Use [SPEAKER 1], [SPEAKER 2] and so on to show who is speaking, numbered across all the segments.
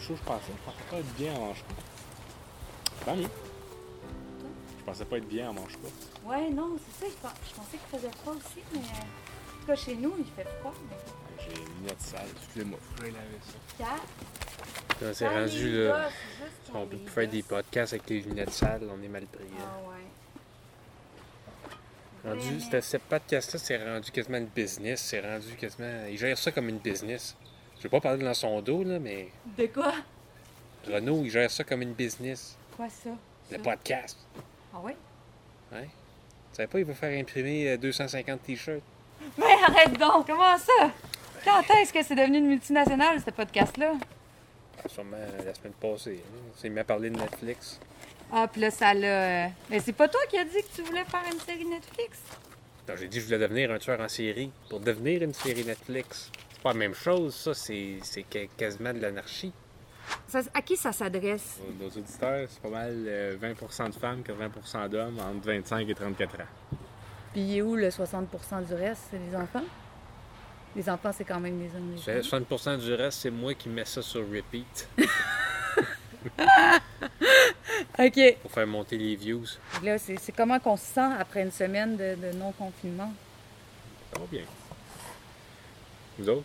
[SPEAKER 1] chaud, je pensais. Je pensais pas être bien à manche courte. Tant mieux. Je pensais pas être bien à manche courte.
[SPEAKER 2] Ouais, non, c'est ça. Je, pens- je pensais qu'il faisait froid aussi, mais. euh, En tout cas, chez nous, il fait frois. Mais...
[SPEAKER 1] J'ai les lunettes sales.
[SPEAKER 3] Excusez-moi, faut que j'aille laver ça.
[SPEAKER 2] Car.
[SPEAKER 4] Là, c'est
[SPEAKER 2] Ah,
[SPEAKER 4] rendu
[SPEAKER 2] les
[SPEAKER 4] là.
[SPEAKER 2] gosses, c'est juste qu'on
[SPEAKER 4] On peut
[SPEAKER 2] les
[SPEAKER 4] plus faire des
[SPEAKER 2] gosse.
[SPEAKER 4] podcasts avec les lunettes sales, on est mal pris. hein.
[SPEAKER 2] Ah ouais.
[SPEAKER 4] Rendu,
[SPEAKER 2] Vraiment.
[SPEAKER 4] c'était ce podcast-là, c'est rendu quasiment une business. C'est rendu quasiment. Ils gèrent ça comme une business. Je vais pas parler dans son dos, là, mais
[SPEAKER 2] De quoi?
[SPEAKER 4] Renault, il gère ça comme une business.
[SPEAKER 2] Quoi ça?
[SPEAKER 4] Le
[SPEAKER 2] Ça?
[SPEAKER 4] podcast.
[SPEAKER 2] Ah ouais?
[SPEAKER 4] Hein? Tu savais pas, il va faire imprimer euh, 250 t-shirts.
[SPEAKER 2] Mais arrête donc! Comment ça? Quand est-ce que c'est devenu une multinationale, ce podcast-là?
[SPEAKER 4] Sûrement euh, la semaine passée. hein. Il s'est mis à parler de Netflix.
[SPEAKER 2] Ah, puis là, ça l'a. euh, Mais c'est pas toi qui as dit que tu voulais faire une série Netflix?
[SPEAKER 4] Non, j'ai dit que je voulais devenir un tueur en série. Pour devenir une série Netflix. C'est pas la même chose, ça. C'est c'est ca- quasiment de l'anarchie.
[SPEAKER 2] Ça- à qui ça s'adresse?
[SPEAKER 1] Nos auditeurs, c'est pas mal euh, 20% de femmes, 80% d'hommes, entre 25 et 34 ans.
[SPEAKER 2] Puis il est où le 60 du reste? C'est les enfants? Les enfants, c'est quand même les hommes. les
[SPEAKER 4] C'est-
[SPEAKER 2] femmes.
[SPEAKER 4] 60% du reste, c'est moi qui mets ça sur repeat
[SPEAKER 2] OK.
[SPEAKER 4] pour faire monter les views.
[SPEAKER 2] Là, c'est c'est comment qu'on se sent après une semaine de, de non-confinement?
[SPEAKER 1] Ça va bien. Vous autres?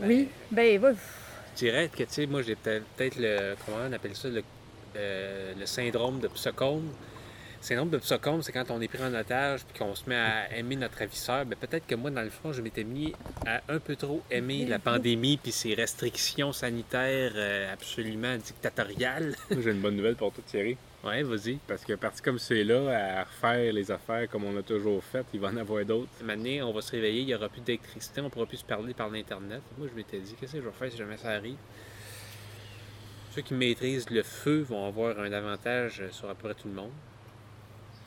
[SPEAKER 2] oui. Ben, va.
[SPEAKER 4] Je dirais que, tu sais, moi, j'ai peut- peut-être le. Comment on appelle ça Le, euh, le syndrome de Psocombe. Le syndrome de Psocombe, c'est quand on est pris en otage puis qu'on se met à aimer notre ravisseur. Mais peut-être que moi, dans le fond, je m'étais mis à un peu trop aimer la pandémie puis ses restrictions sanitaires euh, absolument dictatoriales.
[SPEAKER 1] Moi, J'ai une bonne nouvelle pour toi, Thierry.
[SPEAKER 4] Ouais, vas-y.
[SPEAKER 1] Parce que parti comme celui-là, à refaire les affaires comme on a toujours fait, il va en avoir d'autres.
[SPEAKER 4] Maintenant, on va se réveiller, il n'y aura plus d'électricité, on ne pourra plus se parler par l'Internet. Moi, je m'étais dit, qu'est-ce que je vais faire si jamais ça arrive? Ceux qui maîtrisent le feu vont avoir un avantage sur à peu près tout le monde.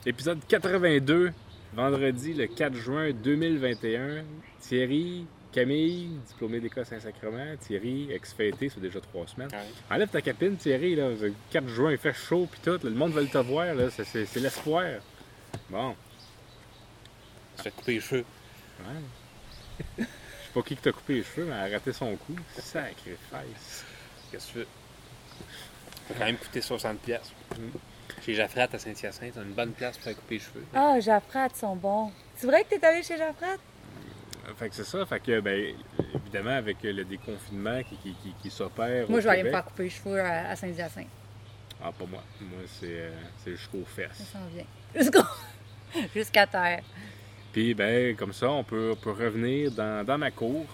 [SPEAKER 1] Épisode 82, vendredi le 4 juin 2021. Thierry, Camille, diplômé d'école Saint-Sacrement. Thierry, ex-fêté, ça fait déjà trois semaines.
[SPEAKER 4] Ah.
[SPEAKER 1] Enlève ta capine, Thierry, là. Le 4 juin, il fait chaud, puis tout. là, le monde veut te voir, là. C'est, c'est- c'est l'espoir. Bon,
[SPEAKER 4] Ça fait couper les cheveux.
[SPEAKER 1] ouais. Je sais pas qui que t'a coupé les cheveux, mais elle a raté son coup. Sacrifice.
[SPEAKER 4] Qu'est-ce que tu veux? Ça va quand même coûter 60 pièces. Chez Jaffrate à Saint-Hyacinthe, on a une bonne place pour faire couper les cheveux.
[SPEAKER 2] Ah, Jaffrate sont bons. C'est vrai que t'es allé chez Jaffrate?
[SPEAKER 1] Fait que c'est ça. Fait que, ben, évidemment, avec le déconfinement qui, qui, qui, qui s'opère.
[SPEAKER 2] Moi,
[SPEAKER 1] au
[SPEAKER 2] je vais aller me
[SPEAKER 1] Québec-
[SPEAKER 2] faire couper les cheveux à, à Saint-Hyacinthe.
[SPEAKER 1] Ah, pas moi. Moi, c'est, euh, c'est jusqu'aux
[SPEAKER 2] Ça
[SPEAKER 1] fesses.
[SPEAKER 2] s'en vient. Jusqu'au- Jusqu'à terre.
[SPEAKER 1] Puis ben comme ça, on peut, on peut revenir dans, dans ma cour.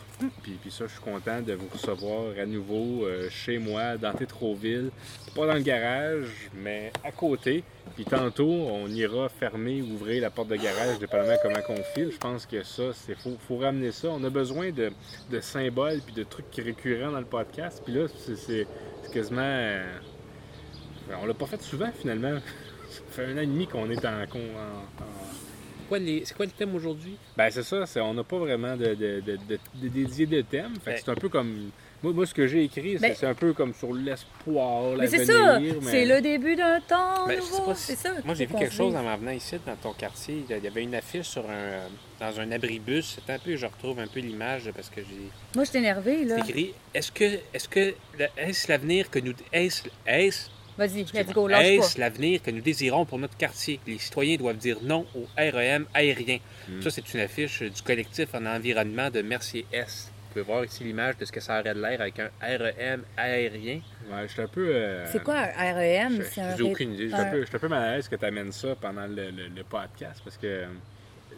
[SPEAKER 1] Puis, puis ça, je suis content de vous recevoir à nouveau euh, chez moi, dans Tétroville. Pas dans le garage, mais à côté. Puis tantôt, on ira fermer, ouvrir la porte de garage, dépendamment comment qu'on file. Je pense que ça, c'est faut, faut ramener ça. On a besoin de, de symboles puis de trucs récurrents dans le podcast. Puis là, c'est- c'est c'est quasiment... euh, On l'a pas fait souvent, finalement. ça fait un an et demi qu'on est en- qu'on- en- en
[SPEAKER 4] Quoi, les- C'est quoi le thème aujourd'hui?
[SPEAKER 1] ben c'est ça, c'est- on n'a pas vraiment de, de, de, de- de dédié de thème. Fait que c'est un peu comme. Moi, moi, ce que j'ai écrit, c'est
[SPEAKER 2] Ben-
[SPEAKER 1] c'est un peu comme sur l'espoir,
[SPEAKER 2] Mais c'est
[SPEAKER 1] l'avenir.
[SPEAKER 2] ça!
[SPEAKER 1] mais-
[SPEAKER 2] C'est le début d'un temps
[SPEAKER 4] Ben, je sais
[SPEAKER 2] nouveau.
[SPEAKER 4] pas si-
[SPEAKER 2] C'est ça.
[SPEAKER 4] Moi, j'ai
[SPEAKER 2] faut
[SPEAKER 4] vu
[SPEAKER 2] qu'on
[SPEAKER 4] quelque
[SPEAKER 2] se
[SPEAKER 4] chose
[SPEAKER 2] dise.
[SPEAKER 4] en m'en venant ici, dans ton quartier. Il y avait une affiche sur un, euh, dans un abribus. C'est un peu, je retrouve un peu l'image parce que j'ai
[SPEAKER 2] Moi, je suis énervée, là.
[SPEAKER 4] c'est écrit. Est-ce que, est-ce que, est-ce l'avenir que nous, est-ce, est-ce
[SPEAKER 2] Vas-y, let's go, lâche
[SPEAKER 4] Est-ce l'avenir que nous désirons pour notre quartier? Les citoyens doivent dire non au REM aérien.
[SPEAKER 1] Hmm.
[SPEAKER 4] Ça, c'est une affiche du collectif en environnement de Mercier-Est. Vous pouvez voir ici l'image de ce que ça aurait de l'air avec un REM aérien.
[SPEAKER 1] Ouais, je suis un peu. euh,
[SPEAKER 2] pas. C'est quoi un REM?
[SPEAKER 4] Je-
[SPEAKER 2] C'est un
[SPEAKER 4] J'ai
[SPEAKER 2] ré-
[SPEAKER 4] aucune idée.
[SPEAKER 1] Je suis un peu, je suis un peu mal à l'aise que tu amènes ça pendant le, le- le podcast parce que,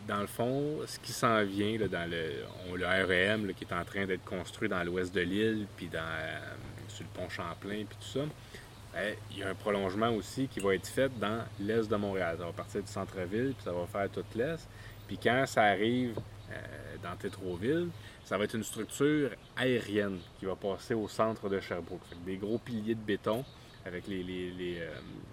[SPEAKER 1] dans le fond, ce qui s'en vient là, dans le, on- le REM là, qui est en train d'être construit dans l'ouest de l'île, puis dans, euh, sur le pont Champlain, puis tout ça, ben, il y a un prolongement aussi qui va être fait dans l'est de Montréal. Ça va partir du centre-ville, puis ça va faire toute l'est. Puis quand ça arrive euh, dans Tétroville, ça va être une structure aérienne qui va passer au centre de Sherbrooke. Fait que des gros piliers de béton avec les, les, les, euh,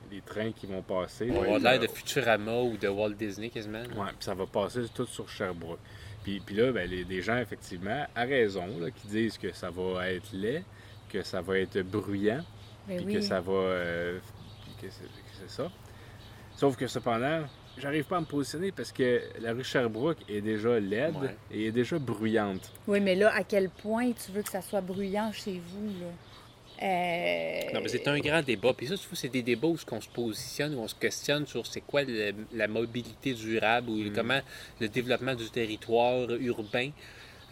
[SPEAKER 1] les trains qui vont passer.
[SPEAKER 4] On va avoir l'air de Futurama ou de Walt Disney quasiment.
[SPEAKER 1] Ouais, puis ça va passer tout sur Sherbrooke. Puis, puis là, ben, les, des gens, effectivement, à raison, là, qui disent que ça va être laid, que ça va être bruyant,
[SPEAKER 2] Ben
[SPEAKER 1] puis
[SPEAKER 2] oui.
[SPEAKER 1] que ça va. euh, puis que c'est que c'est ça. Sauf que cependant, j'arrive pas à me positionner parce que la rue Sherbrooke est déjà laide
[SPEAKER 4] Ouais.
[SPEAKER 1] et est déjà bruyante.
[SPEAKER 2] Oui, mais là, à quel point tu veux que ça soit bruyant chez vous, là? Euh,
[SPEAKER 4] Non, mais c'est un grand débat. Puis ça, je trouve, c'est des débats où ce qu'on se positionne, où on se questionne sur c'est quoi le- la mobilité durable ou comment le développement du territoire urbain,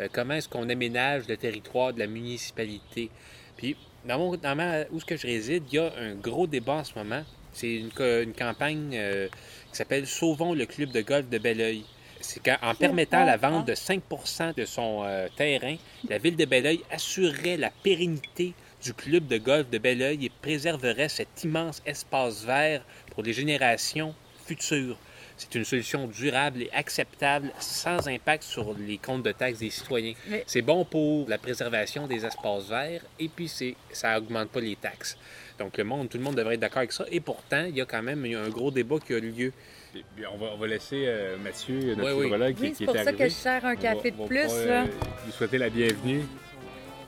[SPEAKER 4] euh, comment est-ce qu'on aménage le territoire de la municipalité. Puis, dans, mon, dans ma- où ce que je réside, il y a un gros débat en ce moment. C'est une, co- une campagne euh, qui s'appelle Sauvons le club de golf de Belleuil. C'est qu'en permettant la vente de 5 de son euh, terrain, la ville de Belleuil assurerait la pérennité du club de golf de Belleuil et préserverait cet immense espace vert pour les générations futures. C'est une solution durable et acceptable sans impact sur les comptes de taxes des citoyens.
[SPEAKER 2] Mais-
[SPEAKER 4] C'est bon pour la préservation des espaces verts et puis c'est- ça augmente pas les taxes. Donc le monde, tout le monde devrait être d'accord avec ça. Et pourtant, il y a quand même il y a un gros débat qui a lieu.
[SPEAKER 1] Puis- puis on, va, on va laisser euh, Mathieu, notre
[SPEAKER 4] Ouais, oui.
[SPEAKER 1] hydrologue, qui-
[SPEAKER 2] oui,
[SPEAKER 1] qui
[SPEAKER 2] c'est
[SPEAKER 1] est
[SPEAKER 2] pour ça
[SPEAKER 1] arrivé.
[SPEAKER 2] que je sers un
[SPEAKER 1] On
[SPEAKER 2] café
[SPEAKER 1] va-
[SPEAKER 2] de
[SPEAKER 1] on
[SPEAKER 2] plus.
[SPEAKER 1] va,
[SPEAKER 2] là.
[SPEAKER 1] euh, vous souhaiter la bienvenue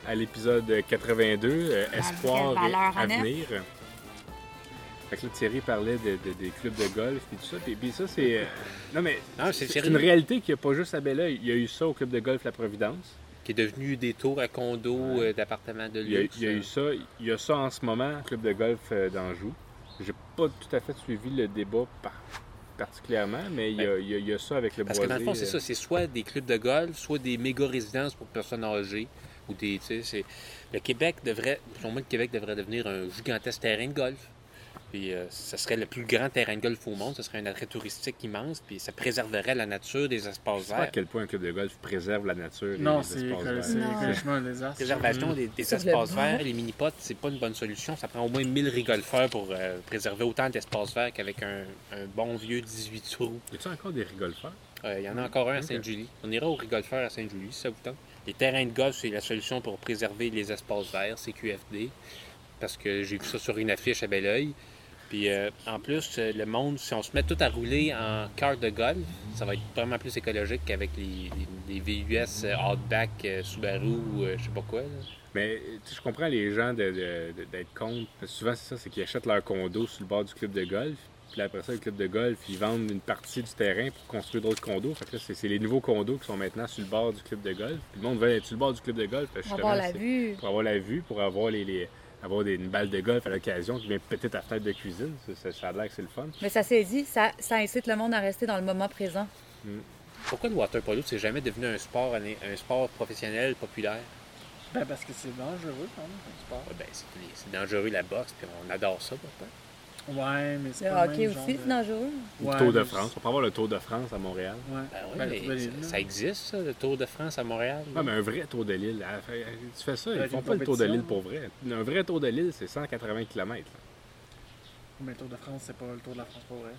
[SPEAKER 1] à l'épisode 82, euh, Espoir
[SPEAKER 2] vraie
[SPEAKER 1] et
[SPEAKER 2] valeur à
[SPEAKER 1] Avenir. Fait que là, Thierry parlait de- de- des clubs de golf et tout ça. Puis, puis ça, c'est. euh, Non, mais
[SPEAKER 4] Non, Ah, c'est
[SPEAKER 1] c'est c'est
[SPEAKER 4] sérieux.
[SPEAKER 1] une réalité qu'il n'y a pas juste à Belleuil. Il y a eu ça au club de golf La Providence.
[SPEAKER 4] qui est devenu des tours à condos euh, d'appartements de
[SPEAKER 1] Il y, a,
[SPEAKER 4] luxe. euh.
[SPEAKER 1] il y a eu ça. Il y a ça en ce moment, au club de golf euh, d'Anjou. J'ai pas tout à fait suivi le débat par- particulièrement, mais il y, a, il y a- il y a ça avec le
[SPEAKER 4] Ben, Parce que
[SPEAKER 1] boisé.
[SPEAKER 4] dans le fond, c'est ça.
[SPEAKER 1] euh,
[SPEAKER 4] C'est soit des clubs de golf, soit des méga résidences pour personnes âgées. Ou des, tu sais, c'est- Le Québec devrait, pour moi, le Québec devrait devenir un gigantesque terrain de golf. Puis euh, ce serait le plus grand terrain de golf au monde. Ce serait un attrait touristique immense. Puis ça préserverait la nature des espaces
[SPEAKER 1] Je sais pas à
[SPEAKER 4] verts.
[SPEAKER 1] quel point un club de golf préserve la nature. et
[SPEAKER 3] Non,
[SPEAKER 1] les
[SPEAKER 3] c'est
[SPEAKER 1] espaces verts.
[SPEAKER 3] c'est
[SPEAKER 2] Non.
[SPEAKER 3] complètement un désastre.
[SPEAKER 4] Préservation des, des
[SPEAKER 2] Sur le
[SPEAKER 4] espaces
[SPEAKER 2] banc.
[SPEAKER 4] verts, les mini-potes, c'est pas une bonne solution. Ça prend au moins 1000 rigolfeurs pour euh, préserver autant d'espaces verts qu'avec un, un bon vieux 18 trous.
[SPEAKER 1] Y a-tu encore des rigolfeurs?
[SPEAKER 4] Euh, Il y en a encore un à
[SPEAKER 1] Ok.
[SPEAKER 4] Sainte-Julie. On ira au rigolfeur à Sainte-Julie, si ça vous tente. Les terrains de golf, c'est la solution pour préserver les espaces verts, CQFD, parce que j'ai vu ça sur une affiche à Belleuil. Puis euh, en plus, euh, le monde, si on se met tout à rouler en carte de golf, ça va être vraiment plus écologique qu'avec les, les- les VUS euh, Outback, euh, Subaru ou euh, je sais pas quoi. là.
[SPEAKER 1] Mais tu sais, je comprends les gens de- de- de- d'être contre. Parce que souvent, c'est ça, c'est qu'ils achètent leur condo sur le bord du club de golf. Puis là, après ça, le club de golf, ils vendent une partie du terrain pour construire d'autres condos. Fait que là, c'est c'est les nouveaux condos qui sont maintenant sur le bord du club de golf. Puis le monde veut être sur le bord du club de golf. parce que
[SPEAKER 2] On va voir
[SPEAKER 1] justement,
[SPEAKER 2] la
[SPEAKER 1] c'est-
[SPEAKER 2] vue.
[SPEAKER 1] Pour avoir la vue, pour avoir les, les- avoir des, une balle de golf à l'occasion, puis bien peut-être la fenêtre de cuisine. Ça, ça, ça a l'air que c'est le fun.
[SPEAKER 2] Mais ça s'est dit, ça, ça incite le monde à rester dans le moment présent.
[SPEAKER 4] Pourquoi le waterpolo, c'est jamais devenu un sport, un sport professionnel populaire?
[SPEAKER 3] Ben, parce que c'est dangereux quand même, comme sport.
[SPEAKER 4] Ouais, ben, c'est c'est dangereux la boxe, puis on adore ça pourtant.
[SPEAKER 3] Ouais, mais c'est
[SPEAKER 2] Le
[SPEAKER 3] pas le
[SPEAKER 2] hockey
[SPEAKER 3] même genre
[SPEAKER 2] aussi, c'est
[SPEAKER 3] de...
[SPEAKER 2] dangereux.
[SPEAKER 1] Ou
[SPEAKER 3] Ouais,
[SPEAKER 1] le Tour de
[SPEAKER 3] mais-
[SPEAKER 1] France. On peut avoir le Tour de France à Montréal.
[SPEAKER 3] Ouais.
[SPEAKER 4] Ben oui,
[SPEAKER 3] Ben,
[SPEAKER 4] mais Ah,
[SPEAKER 3] trouver les
[SPEAKER 4] ça,
[SPEAKER 3] lieux.
[SPEAKER 4] ça existe, ça, le Tour de France à Montréal.
[SPEAKER 1] Ouais, mais un vrai tour de l'île. ah, fait- Tu fais ça,
[SPEAKER 3] Ouais,
[SPEAKER 1] ils font
[SPEAKER 3] une
[SPEAKER 1] pas le tour de l'île
[SPEAKER 3] compétition.
[SPEAKER 1] pour vrai. Un vrai tour de l'île, c'est 180 km.
[SPEAKER 3] Mais le Tour de France, c'est pas le Tour de la France pour vrai.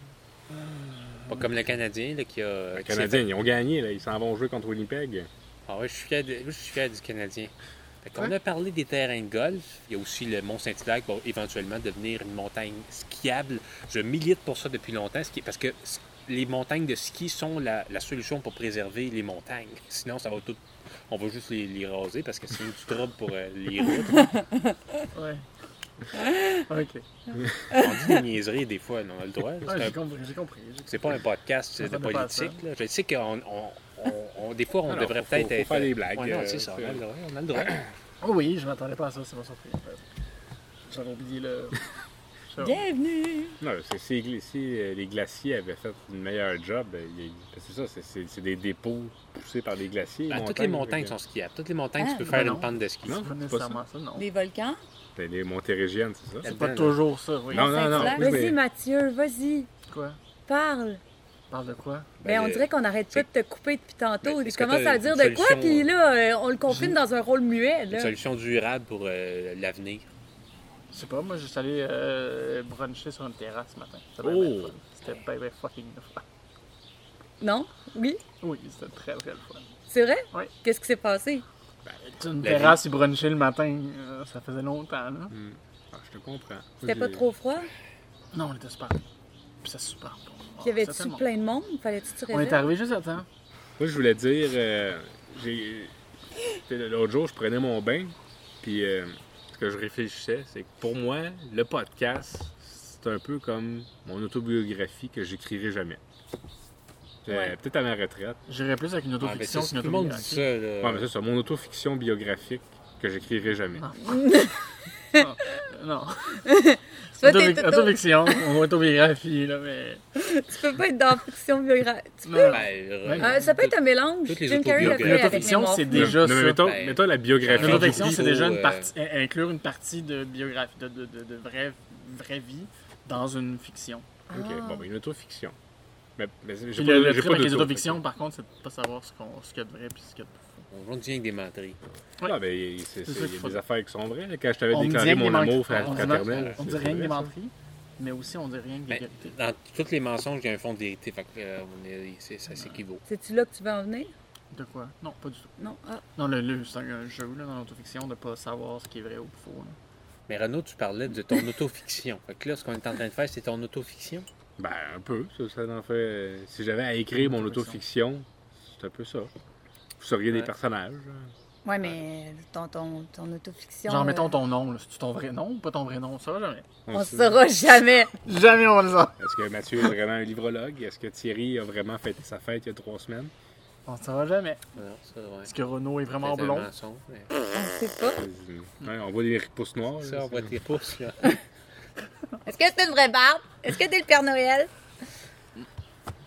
[SPEAKER 4] Pas comme le Canadien là, qui a.
[SPEAKER 1] Les
[SPEAKER 4] qui s'est
[SPEAKER 1] Ben, Canadiens, ils ont gagné, là. ils s'en vont jouer contre Winnipeg.
[SPEAKER 4] fait- Ah ouais, je suis fier, de- je suis fier du Canadien. on a parlé des terrains de golf. Il y a aussi le Mont Saint-Hilaire qui va éventuellement devenir une montagne skiable. Je milite pour ça depuis longtemps, ce qui- parce que s- les montagnes de ski sont la, la solution pour préserver les montagnes. Sinon, ça va tout. On va juste les, les raser parce que c'est du trouble pour euh, les routes.
[SPEAKER 3] Ouais. ok.
[SPEAKER 4] On dit des niaiseries des fois, on a le droit. là.
[SPEAKER 3] Ah,
[SPEAKER 4] C'est un
[SPEAKER 3] j'ai compris, j'ai compris. j'ai
[SPEAKER 4] C'est pas un podcast
[SPEAKER 3] Ça
[SPEAKER 4] de
[SPEAKER 3] ressemble pas à ça.
[SPEAKER 4] politique. Là. Je sais qu'on. On, on- on- des fois, on
[SPEAKER 1] Alors,
[SPEAKER 4] devrait
[SPEAKER 1] faut-
[SPEAKER 4] peut-être
[SPEAKER 1] faut
[SPEAKER 4] être.
[SPEAKER 1] faire des blagues,
[SPEAKER 4] Ouais, non,
[SPEAKER 1] euh,
[SPEAKER 4] c'est ça. On
[SPEAKER 1] c'est-
[SPEAKER 4] a le droit. On a le droit.
[SPEAKER 3] compris. Oh oui, je m'attendais pas à ça, c'est ma surprise. Euh, J'avais oublié le. J'avais-
[SPEAKER 2] Bienvenue!
[SPEAKER 1] Non, c'est- si, les- si, euh, les glaciers avaient fait une meilleure job, euh, il y a- parce que c'est ça, c'est- c'est c'est des dépôts poussés par des glaciers.
[SPEAKER 4] Ben, toutes
[SPEAKER 1] montagnes,
[SPEAKER 4] les montagnes
[SPEAKER 1] fait
[SPEAKER 4] sont skiables. Toutes les montagnes, tu
[SPEAKER 2] Ah,
[SPEAKER 4] peux
[SPEAKER 2] non,
[SPEAKER 4] faire
[SPEAKER 3] non.
[SPEAKER 4] une pente de ski. Ben,
[SPEAKER 1] Non,
[SPEAKER 3] C'est pas
[SPEAKER 1] c'est
[SPEAKER 3] nécessairement ça, non.
[SPEAKER 2] Les volcans?
[SPEAKER 1] que- ben, les Montérégiennes, c'est ça?
[SPEAKER 4] La-
[SPEAKER 3] C'est pas
[SPEAKER 4] Là-dedans,
[SPEAKER 3] toujours ça, oui.
[SPEAKER 1] Non, non, non.
[SPEAKER 2] Saint-Hilaire?
[SPEAKER 1] oui,
[SPEAKER 2] Vas-y,
[SPEAKER 1] mais-
[SPEAKER 2] Mathieu, vas-y,
[SPEAKER 3] Quoi
[SPEAKER 2] parle.
[SPEAKER 3] Parle de quoi
[SPEAKER 2] Ben, on
[SPEAKER 4] le-
[SPEAKER 2] dirait qu'on n'arrête pas de te couper depuis tantôt.
[SPEAKER 1] Ben,
[SPEAKER 4] Mais
[SPEAKER 2] Tu
[SPEAKER 4] est-ce que
[SPEAKER 2] commences
[SPEAKER 4] t'as
[SPEAKER 2] à dire
[SPEAKER 4] une
[SPEAKER 2] de quoi,
[SPEAKER 4] solution,
[SPEAKER 2] puis
[SPEAKER 4] euh,
[SPEAKER 2] là, euh, on le confine dans un rôle muet.
[SPEAKER 4] Une
[SPEAKER 2] Là.
[SPEAKER 4] solution durable pour euh, l'avenir.
[SPEAKER 3] Je sais pas, moi, je suis allé euh, bruncher sur une terrasse ce matin. C'était bien, bien
[SPEAKER 1] Oh!
[SPEAKER 3] fun. C'était bien, bien fucking le fun.
[SPEAKER 2] Non? Oui?
[SPEAKER 3] Oui, c'était très, très le fun.
[SPEAKER 2] C'est vrai?
[SPEAKER 3] Oui.
[SPEAKER 2] Qu'est-ce qui s'est passé?
[SPEAKER 3] Une
[SPEAKER 4] La
[SPEAKER 3] terrasse, il brunchait le matin, euh, ça faisait longtemps, là.
[SPEAKER 1] Hum. Ah, je te comprends.
[SPEAKER 2] C'était pas trop froid?
[SPEAKER 3] Ah, Non, on était super. Puis c'est super bon. Ah,
[SPEAKER 2] Puis y avait-tu
[SPEAKER 3] C'était bon.
[SPEAKER 2] plein de monde? Fallait-tu te
[SPEAKER 3] On est
[SPEAKER 2] réveiller?
[SPEAKER 3] arrivé juste à temps.
[SPEAKER 1] Moi, je voulais dire, euh, j'ai- t'sais, l'autre jour, je prenais mon bain, puis euh, ce que je réfléchissais, c'est que pour moi, le podcast, c'est un peu comme mon autobiographie que j'écrirai jamais. Euh,
[SPEAKER 2] Ouais.
[SPEAKER 1] Peut-être à ma retraite.
[SPEAKER 3] J'irais plus avec une hein,
[SPEAKER 4] Ah, ben,
[SPEAKER 3] autofiction
[SPEAKER 4] ça,
[SPEAKER 3] qu'une
[SPEAKER 4] tout le monde dit
[SPEAKER 3] autobiographie.
[SPEAKER 4] ça. là.
[SPEAKER 1] Ouais, mais ça, c'est mon autofiction biographique que j'écrirai jamais.
[SPEAKER 3] Ah. Non. non.
[SPEAKER 2] Soit t'es tout autre.
[SPEAKER 3] Autofiction, ou autobiographie, là, mais.
[SPEAKER 2] Tu peux pas être dans fiction biographique.
[SPEAKER 3] Non.
[SPEAKER 4] Ben,
[SPEAKER 2] Euh, ça peut être un mélange.
[SPEAKER 4] Toutes les
[SPEAKER 2] Jim Carrey l'a fait
[SPEAKER 4] autobiographies.
[SPEAKER 2] avec
[SPEAKER 3] L'autofiction,
[SPEAKER 2] Mémoire
[SPEAKER 3] c'est
[SPEAKER 2] floue.
[SPEAKER 3] déjà
[SPEAKER 1] Mais
[SPEAKER 3] ça.
[SPEAKER 1] mettons,
[SPEAKER 4] Ben,
[SPEAKER 1] mettons la biographie.
[SPEAKER 4] Mettons-
[SPEAKER 3] L'autofiction, c'est déjà une
[SPEAKER 4] euh,
[SPEAKER 3] partie. in- Inclure une partie de biographie, de, de, de, de vraie, vraie vie dans une fiction.
[SPEAKER 1] Ok,
[SPEAKER 2] Ah.
[SPEAKER 1] bon, ben, une autofiction. Mais, mais j'ai
[SPEAKER 3] Puis
[SPEAKER 1] pas-
[SPEAKER 3] le, le
[SPEAKER 1] j'ai
[SPEAKER 3] truc avec les
[SPEAKER 1] d'auto,
[SPEAKER 3] autofictions, par contre, c'est de pas savoir ce, qu'on, ce qu'il y a de vrai puis ce qu'il y a de faux.
[SPEAKER 4] On vient avec des menteries.
[SPEAKER 1] fait que- Ah, ben, c'est- c'est-
[SPEAKER 3] ça qu'il
[SPEAKER 1] il y a
[SPEAKER 3] faut-
[SPEAKER 1] des affaires qui sont vraies. là. Quand je t'avais
[SPEAKER 3] On me
[SPEAKER 1] déclaré
[SPEAKER 3] dit rien
[SPEAKER 1] mon
[SPEAKER 3] que des
[SPEAKER 1] amour
[SPEAKER 3] manques-
[SPEAKER 1] fra-
[SPEAKER 3] on dit-
[SPEAKER 1] fraternel. c'est-
[SPEAKER 3] On dit
[SPEAKER 1] c'est
[SPEAKER 3] rien que des
[SPEAKER 1] vrai, ça.
[SPEAKER 3] menteries, mais aussi on dit rien que des
[SPEAKER 4] Ben,
[SPEAKER 3] vérités.
[SPEAKER 4] dans tous les mensonges, il y a un fond de vérité. Fait que, euh, on est- c'est- ça s'équivaut.
[SPEAKER 2] C'est-tu là que tu veux en venir?
[SPEAKER 3] De quoi Non, pas du tout.
[SPEAKER 2] Non. Ah,
[SPEAKER 3] Non, le, le- c'est un, un jeu là, dans l'autofiction de pas savoir ce qui est vrai ou faux. là.
[SPEAKER 4] Mais Renaud, tu parlais de ton autofiction. Fait que là, ce qu'on est en train de faire, c'est ton autofiction.
[SPEAKER 1] Ben, un peu. Ça, ça en fait. Si j'avais à écrire mon autofiction, c'est un peu ça. Vous seriez des
[SPEAKER 4] Ouais.
[SPEAKER 1] personnages.
[SPEAKER 2] ouais, mais ton, ton, ton autofiction.
[SPEAKER 3] Genre,
[SPEAKER 2] euh,
[SPEAKER 3] mettons ton nom, là. c'est-tu ton vrai nom ou pas ton vrai nom Ça, jamais.
[SPEAKER 2] On
[SPEAKER 1] On
[SPEAKER 2] ne
[SPEAKER 1] sait-
[SPEAKER 2] saura jamais.
[SPEAKER 3] Jamais on va le savoir.
[SPEAKER 1] Est-ce que Mathieu est vraiment un livrologue? Est-ce que Thierry a vraiment fêté sa fête il y a trois semaines?
[SPEAKER 3] On ne saura jamais.
[SPEAKER 4] Non, ça, ouais.
[SPEAKER 3] Est-ce que Renaud est vraiment
[SPEAKER 4] C'est un
[SPEAKER 3] blond
[SPEAKER 4] mensonge, mais-
[SPEAKER 2] On ne sait pas.
[SPEAKER 3] Hmm.
[SPEAKER 1] Ouais, on voit des repousses noires. là,
[SPEAKER 4] Ça, on
[SPEAKER 1] c'est-
[SPEAKER 4] voit tes pouces, là.
[SPEAKER 2] Est-ce que c'est une vraie barbe? Est-ce que t'es le Père Noël?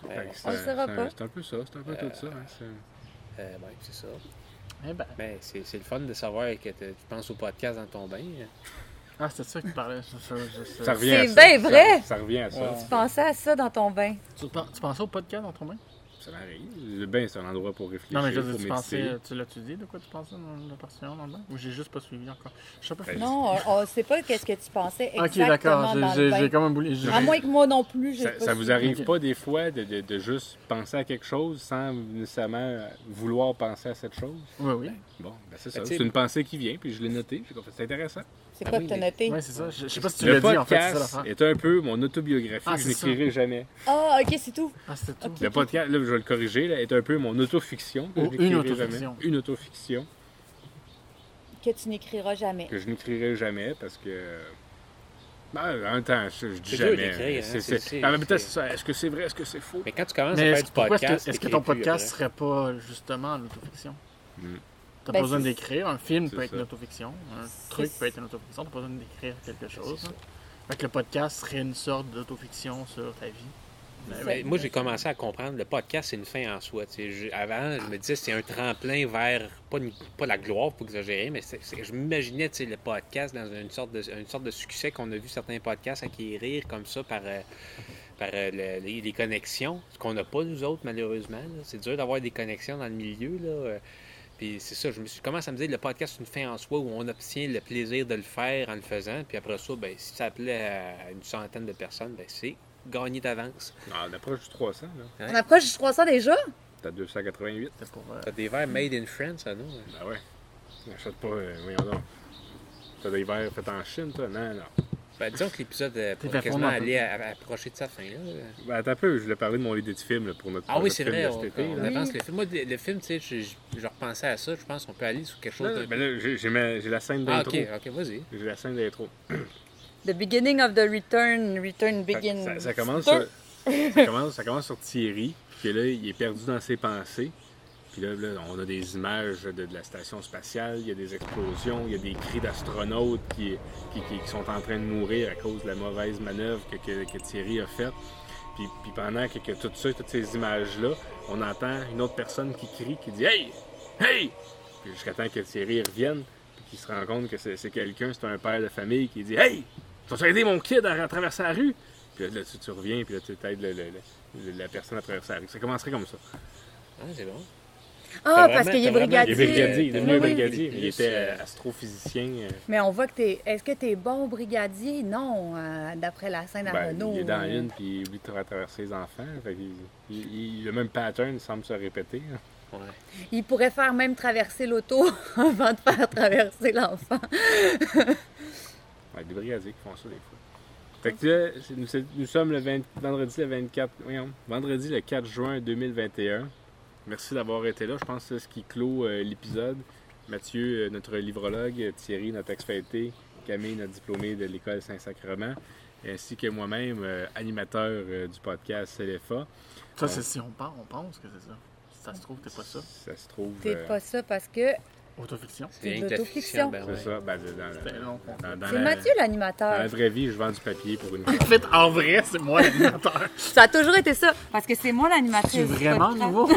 [SPEAKER 1] Fait que c'est
[SPEAKER 2] On
[SPEAKER 1] un-
[SPEAKER 2] le saura
[SPEAKER 1] c'est un-
[SPEAKER 2] pas.
[SPEAKER 1] C'est un peu ça, c'est un peu tout ça. hein, c'est-
[SPEAKER 4] Euh, ouais, c'est ça.
[SPEAKER 3] Eh ben,
[SPEAKER 4] Ben, c'est c'est le fun de savoir que t'es- tu penses au podcast dans ton bain.
[SPEAKER 3] ah, c'est ça que tu parlais. Ça, ça, ça, ça.
[SPEAKER 1] Ça revient
[SPEAKER 2] C'est
[SPEAKER 1] à ça.
[SPEAKER 2] bien
[SPEAKER 1] Ça-
[SPEAKER 2] vrai.
[SPEAKER 1] Ça, revient à ça.
[SPEAKER 3] Ouais.
[SPEAKER 2] Pensez à ça dans ton bain.
[SPEAKER 3] Tu, pen- tu pensais au podcast dans ton main
[SPEAKER 1] Ça m'arrive. Le bain, c'est un endroit pour réfléchir,
[SPEAKER 3] Non, mais je veux
[SPEAKER 1] pour
[SPEAKER 3] dire, tu
[SPEAKER 1] méditer.
[SPEAKER 3] pensais. euh, Tu l'as-tu dit de quoi tu pensais dans la partie dans le bain Ou j'ai juste pas suivi encore Je sais pas.
[SPEAKER 1] Ben,
[SPEAKER 2] Non, on ne sait pas qu'est-ce que tu pensais exactement
[SPEAKER 3] ok, d'accord.
[SPEAKER 2] dans
[SPEAKER 3] J'ai-
[SPEAKER 2] le
[SPEAKER 3] J'ai
[SPEAKER 2] bain.
[SPEAKER 3] j'ai comme un boulet. j'ai-
[SPEAKER 2] À moins que moi non plus, j'ai
[SPEAKER 1] Ça,
[SPEAKER 2] pas
[SPEAKER 1] ça vous
[SPEAKER 2] su.
[SPEAKER 1] arrive
[SPEAKER 3] Ok.
[SPEAKER 1] pas des fois de, de- de juste penser à quelque chose sans nécessairement euh, vouloir penser à cette chose?
[SPEAKER 3] Oui, oui.
[SPEAKER 1] Bon, ben c'est ça.
[SPEAKER 4] tu sais-
[SPEAKER 1] C'est une pensée qui vient, puis je l'ai notée. puis j'ai fait, C'est intéressant.
[SPEAKER 2] C'est
[SPEAKER 4] Ah
[SPEAKER 2] quoi
[SPEAKER 4] oui,
[SPEAKER 2] que t'as
[SPEAKER 4] mais-
[SPEAKER 2] noté?
[SPEAKER 3] Ouais, c'est ça. Je je sais pas si tu
[SPEAKER 1] Le
[SPEAKER 3] l'as dit en fait, c'est ça
[SPEAKER 1] podcast
[SPEAKER 3] l'affaire.
[SPEAKER 1] est, un peu mon autobiographie.
[SPEAKER 3] Ah,
[SPEAKER 1] je
[SPEAKER 3] c'est ça.
[SPEAKER 1] n'écrirai jamais.
[SPEAKER 2] Ah, ok, c'est tout.
[SPEAKER 3] Ah, c'était tout.
[SPEAKER 1] Le podcast, là, je vais le corriger, là, est un peu mon autofiction. que
[SPEAKER 3] Ou
[SPEAKER 1] je n'écrirai
[SPEAKER 3] une autofiction.
[SPEAKER 1] jamais. Une autofiction
[SPEAKER 2] Que tu n'écriras jamais.
[SPEAKER 1] que je n'écrirai jamais parce que. Ben, en même temps, je, je dis
[SPEAKER 4] C'est dur
[SPEAKER 1] jamais.
[SPEAKER 4] d'écrire, hein,
[SPEAKER 1] C'est-
[SPEAKER 4] c'est-
[SPEAKER 1] c'est-
[SPEAKER 4] c'est-
[SPEAKER 1] en même temps,
[SPEAKER 4] c'est-
[SPEAKER 1] c'est ça. Est-ce que c'est vrai? Est-ce que c'est faux?
[SPEAKER 4] Mais quand tu commences
[SPEAKER 3] Mais
[SPEAKER 4] à
[SPEAKER 3] est-ce
[SPEAKER 4] faire
[SPEAKER 3] que,
[SPEAKER 4] du
[SPEAKER 3] pourquoi est-ce
[SPEAKER 4] podcast,
[SPEAKER 3] que, est-ce que
[SPEAKER 4] t'écris
[SPEAKER 3] ton
[SPEAKER 4] plus euh,
[SPEAKER 3] podcast
[SPEAKER 4] après.
[SPEAKER 3] serait pas justement l'autofiction?
[SPEAKER 1] Hmm.
[SPEAKER 3] T'as
[SPEAKER 2] Ben,
[SPEAKER 3] pas besoin
[SPEAKER 2] c'est-
[SPEAKER 3] d'écrire, un film
[SPEAKER 1] c'est
[SPEAKER 3] peut être
[SPEAKER 1] ça.
[SPEAKER 3] une autofiction, un
[SPEAKER 2] C'est-
[SPEAKER 3] truc peut être une autofiction, t'as pas besoin d'écrire quelque chose.
[SPEAKER 4] ça.
[SPEAKER 3] hein. Fait que le podcast serait une sorte d'autofiction sur ta vie. Ben
[SPEAKER 4] Mais
[SPEAKER 2] Ouais.
[SPEAKER 4] moi, j'ai commencé à comprendre le podcast, c'est une fin en soi. tu sais. Je- avant, je me disais c'est un tremplin vers, pas, une- pas la gloire, pour exagérer, mais c'est- c'est- je m'imaginais tu sais, le podcast dans une sorte de, une sorte de succès qu'on a vu certains podcasts acquérir comme ça par, euh, par euh, le- les, les connexions, ce qu'on n'a pas nous autres, malheureusement. là. C'est dur d'avoir des connexions dans le milieu. Là. euh. Puis c'est ça, je me suis commencé à me dire le podcast, c'est une fin en soi où on obtient le plaisir de le faire en le faisant. Puis après ça, ben, si ça plaît à une centaine de personnes, ben, c'est gagné d'avance.
[SPEAKER 1] Ah, on approche du 300, là.
[SPEAKER 2] On approche du 300 déjà?
[SPEAKER 1] T'as 288.
[SPEAKER 3] C'était pour. euh,
[SPEAKER 4] T'as des verres made in France, hein. ça, non?
[SPEAKER 1] Ben ouais. N'achète pas, euh, voyons donc. T'as des verres faits en Chine, toi? Non, non.
[SPEAKER 4] Ben, disons que l'épisode euh, pourrait
[SPEAKER 3] fait
[SPEAKER 4] quasiment
[SPEAKER 3] fondre un peu.
[SPEAKER 4] aller à- à- approcher de sa fin. Là.
[SPEAKER 1] Ben, attends un peu, je voulais parler de mon idée de film là, pour notre
[SPEAKER 4] Ah oui,
[SPEAKER 1] projet de
[SPEAKER 4] c'est
[SPEAKER 1] film
[SPEAKER 4] vrai,
[SPEAKER 1] de
[SPEAKER 4] on,
[SPEAKER 1] cet été,
[SPEAKER 4] on
[SPEAKER 1] là.
[SPEAKER 4] avance le film. Moi, le le film, tu sais, je, je- je repensais à ça, je pense qu'on peut aller sur quelque chose
[SPEAKER 1] Non,
[SPEAKER 4] de...
[SPEAKER 1] non, ben là, j'ai- j'ai ma- j'ai la scène
[SPEAKER 4] ah,
[SPEAKER 1] d'intro.
[SPEAKER 4] ok, ok, vas-y.
[SPEAKER 1] J'ai la scène d'intro.
[SPEAKER 2] The beginning of the return, return
[SPEAKER 1] Fait que
[SPEAKER 2] begin.
[SPEAKER 1] Ça, ça commence sur, ça, commence, ça commence sur Thierry, puis là, il est perdu dans ses pensées. Puis là, là, on a des images de, de la station spatiale, il y a des explosions, il y a des cris d'astronautes qui, qui, qui- qui sont en train de mourir à cause de la mauvaise manœuvre que, que- que Thierry a faite. Puis, puis pendant que, que tout ça, toutes ces images-là, on entend une autre personne qui crie, qui dit Hey! Hey! Puis jusqu'à temps que Thierry revienne, puis qu'il se rend compte que c'est c'est quelqu'un, c'est un père de famille qui dit Hey! Tu vas aider mon kid à, à traverser la rue? Puis là, là, tu, tu reviens, puis là, tu t'aides le- le- le- la personne à traverser la rue. Ça commencerait comme ça.
[SPEAKER 4] Ah, c'est bon.
[SPEAKER 2] Ah,
[SPEAKER 4] T'as
[SPEAKER 2] parce
[SPEAKER 4] vraiment-
[SPEAKER 2] qu'il est
[SPEAKER 4] t'as vraiment-
[SPEAKER 1] Il
[SPEAKER 2] brigadier.
[SPEAKER 1] est brigadier, il est devenu
[SPEAKER 2] Oui, oui.
[SPEAKER 1] brigadier. Il était euh,
[SPEAKER 4] Plus, euh,
[SPEAKER 1] astrophysicien. euh,
[SPEAKER 2] Mais on voit que t'es. Est-ce que t'es bon brigadier? Non, euh, d'après la scène à
[SPEAKER 1] ben,
[SPEAKER 2] Renault. euh,
[SPEAKER 1] il est dans une, puis il oublie de traverser les enfants. Fait qu'il- il- il- le même pattern semble se répéter. hein.
[SPEAKER 4] Ouais.
[SPEAKER 2] Il pourrait faire même traverser l'auto avant de faire traverser l'enfant.
[SPEAKER 1] Ouais, des brigadiers qui font ça des fois. Fait que là, c'est- nous, c'est- nous sommes le 20 vendredi le 24, voyons, vendredi le 4 juin 2021. Merci d'avoir été là. Je pense que c'est ce qui clôt euh, l'épisode. Mathieu, euh, notre livrologue, Thierry, notre ex-fêté, Camille, notre diplômé de l'école Saint-Sacrement, ainsi que moi-même, euh, animateur euh, du podcast CLFA.
[SPEAKER 3] Ça, c'est si on pense, on pense que c'est ça. Si ça se trouve, t'es pas ça.
[SPEAKER 1] Ça se trouve.
[SPEAKER 2] T'es
[SPEAKER 1] euh,
[SPEAKER 2] pas ça parce que
[SPEAKER 3] Autofiction.
[SPEAKER 4] C'est
[SPEAKER 2] C'est
[SPEAKER 4] rien
[SPEAKER 2] de
[SPEAKER 4] que la fiction.
[SPEAKER 2] l'autofiction.
[SPEAKER 4] Ben,
[SPEAKER 1] C'est
[SPEAKER 4] ouais.
[SPEAKER 1] ça. Ben, c'est dans, la-
[SPEAKER 3] C'était long.
[SPEAKER 1] dans- dans
[SPEAKER 2] C'est
[SPEAKER 1] la,
[SPEAKER 2] Mathieu
[SPEAKER 1] dans la
[SPEAKER 2] l'animateur.
[SPEAKER 1] vraie vie, je vends du papier pour une
[SPEAKER 3] En fait, en vrai, c'est moi l'animateur.
[SPEAKER 2] Ça a toujours été ça, parce que c'est moi l'animateur.
[SPEAKER 3] C'est vraiment nouveau.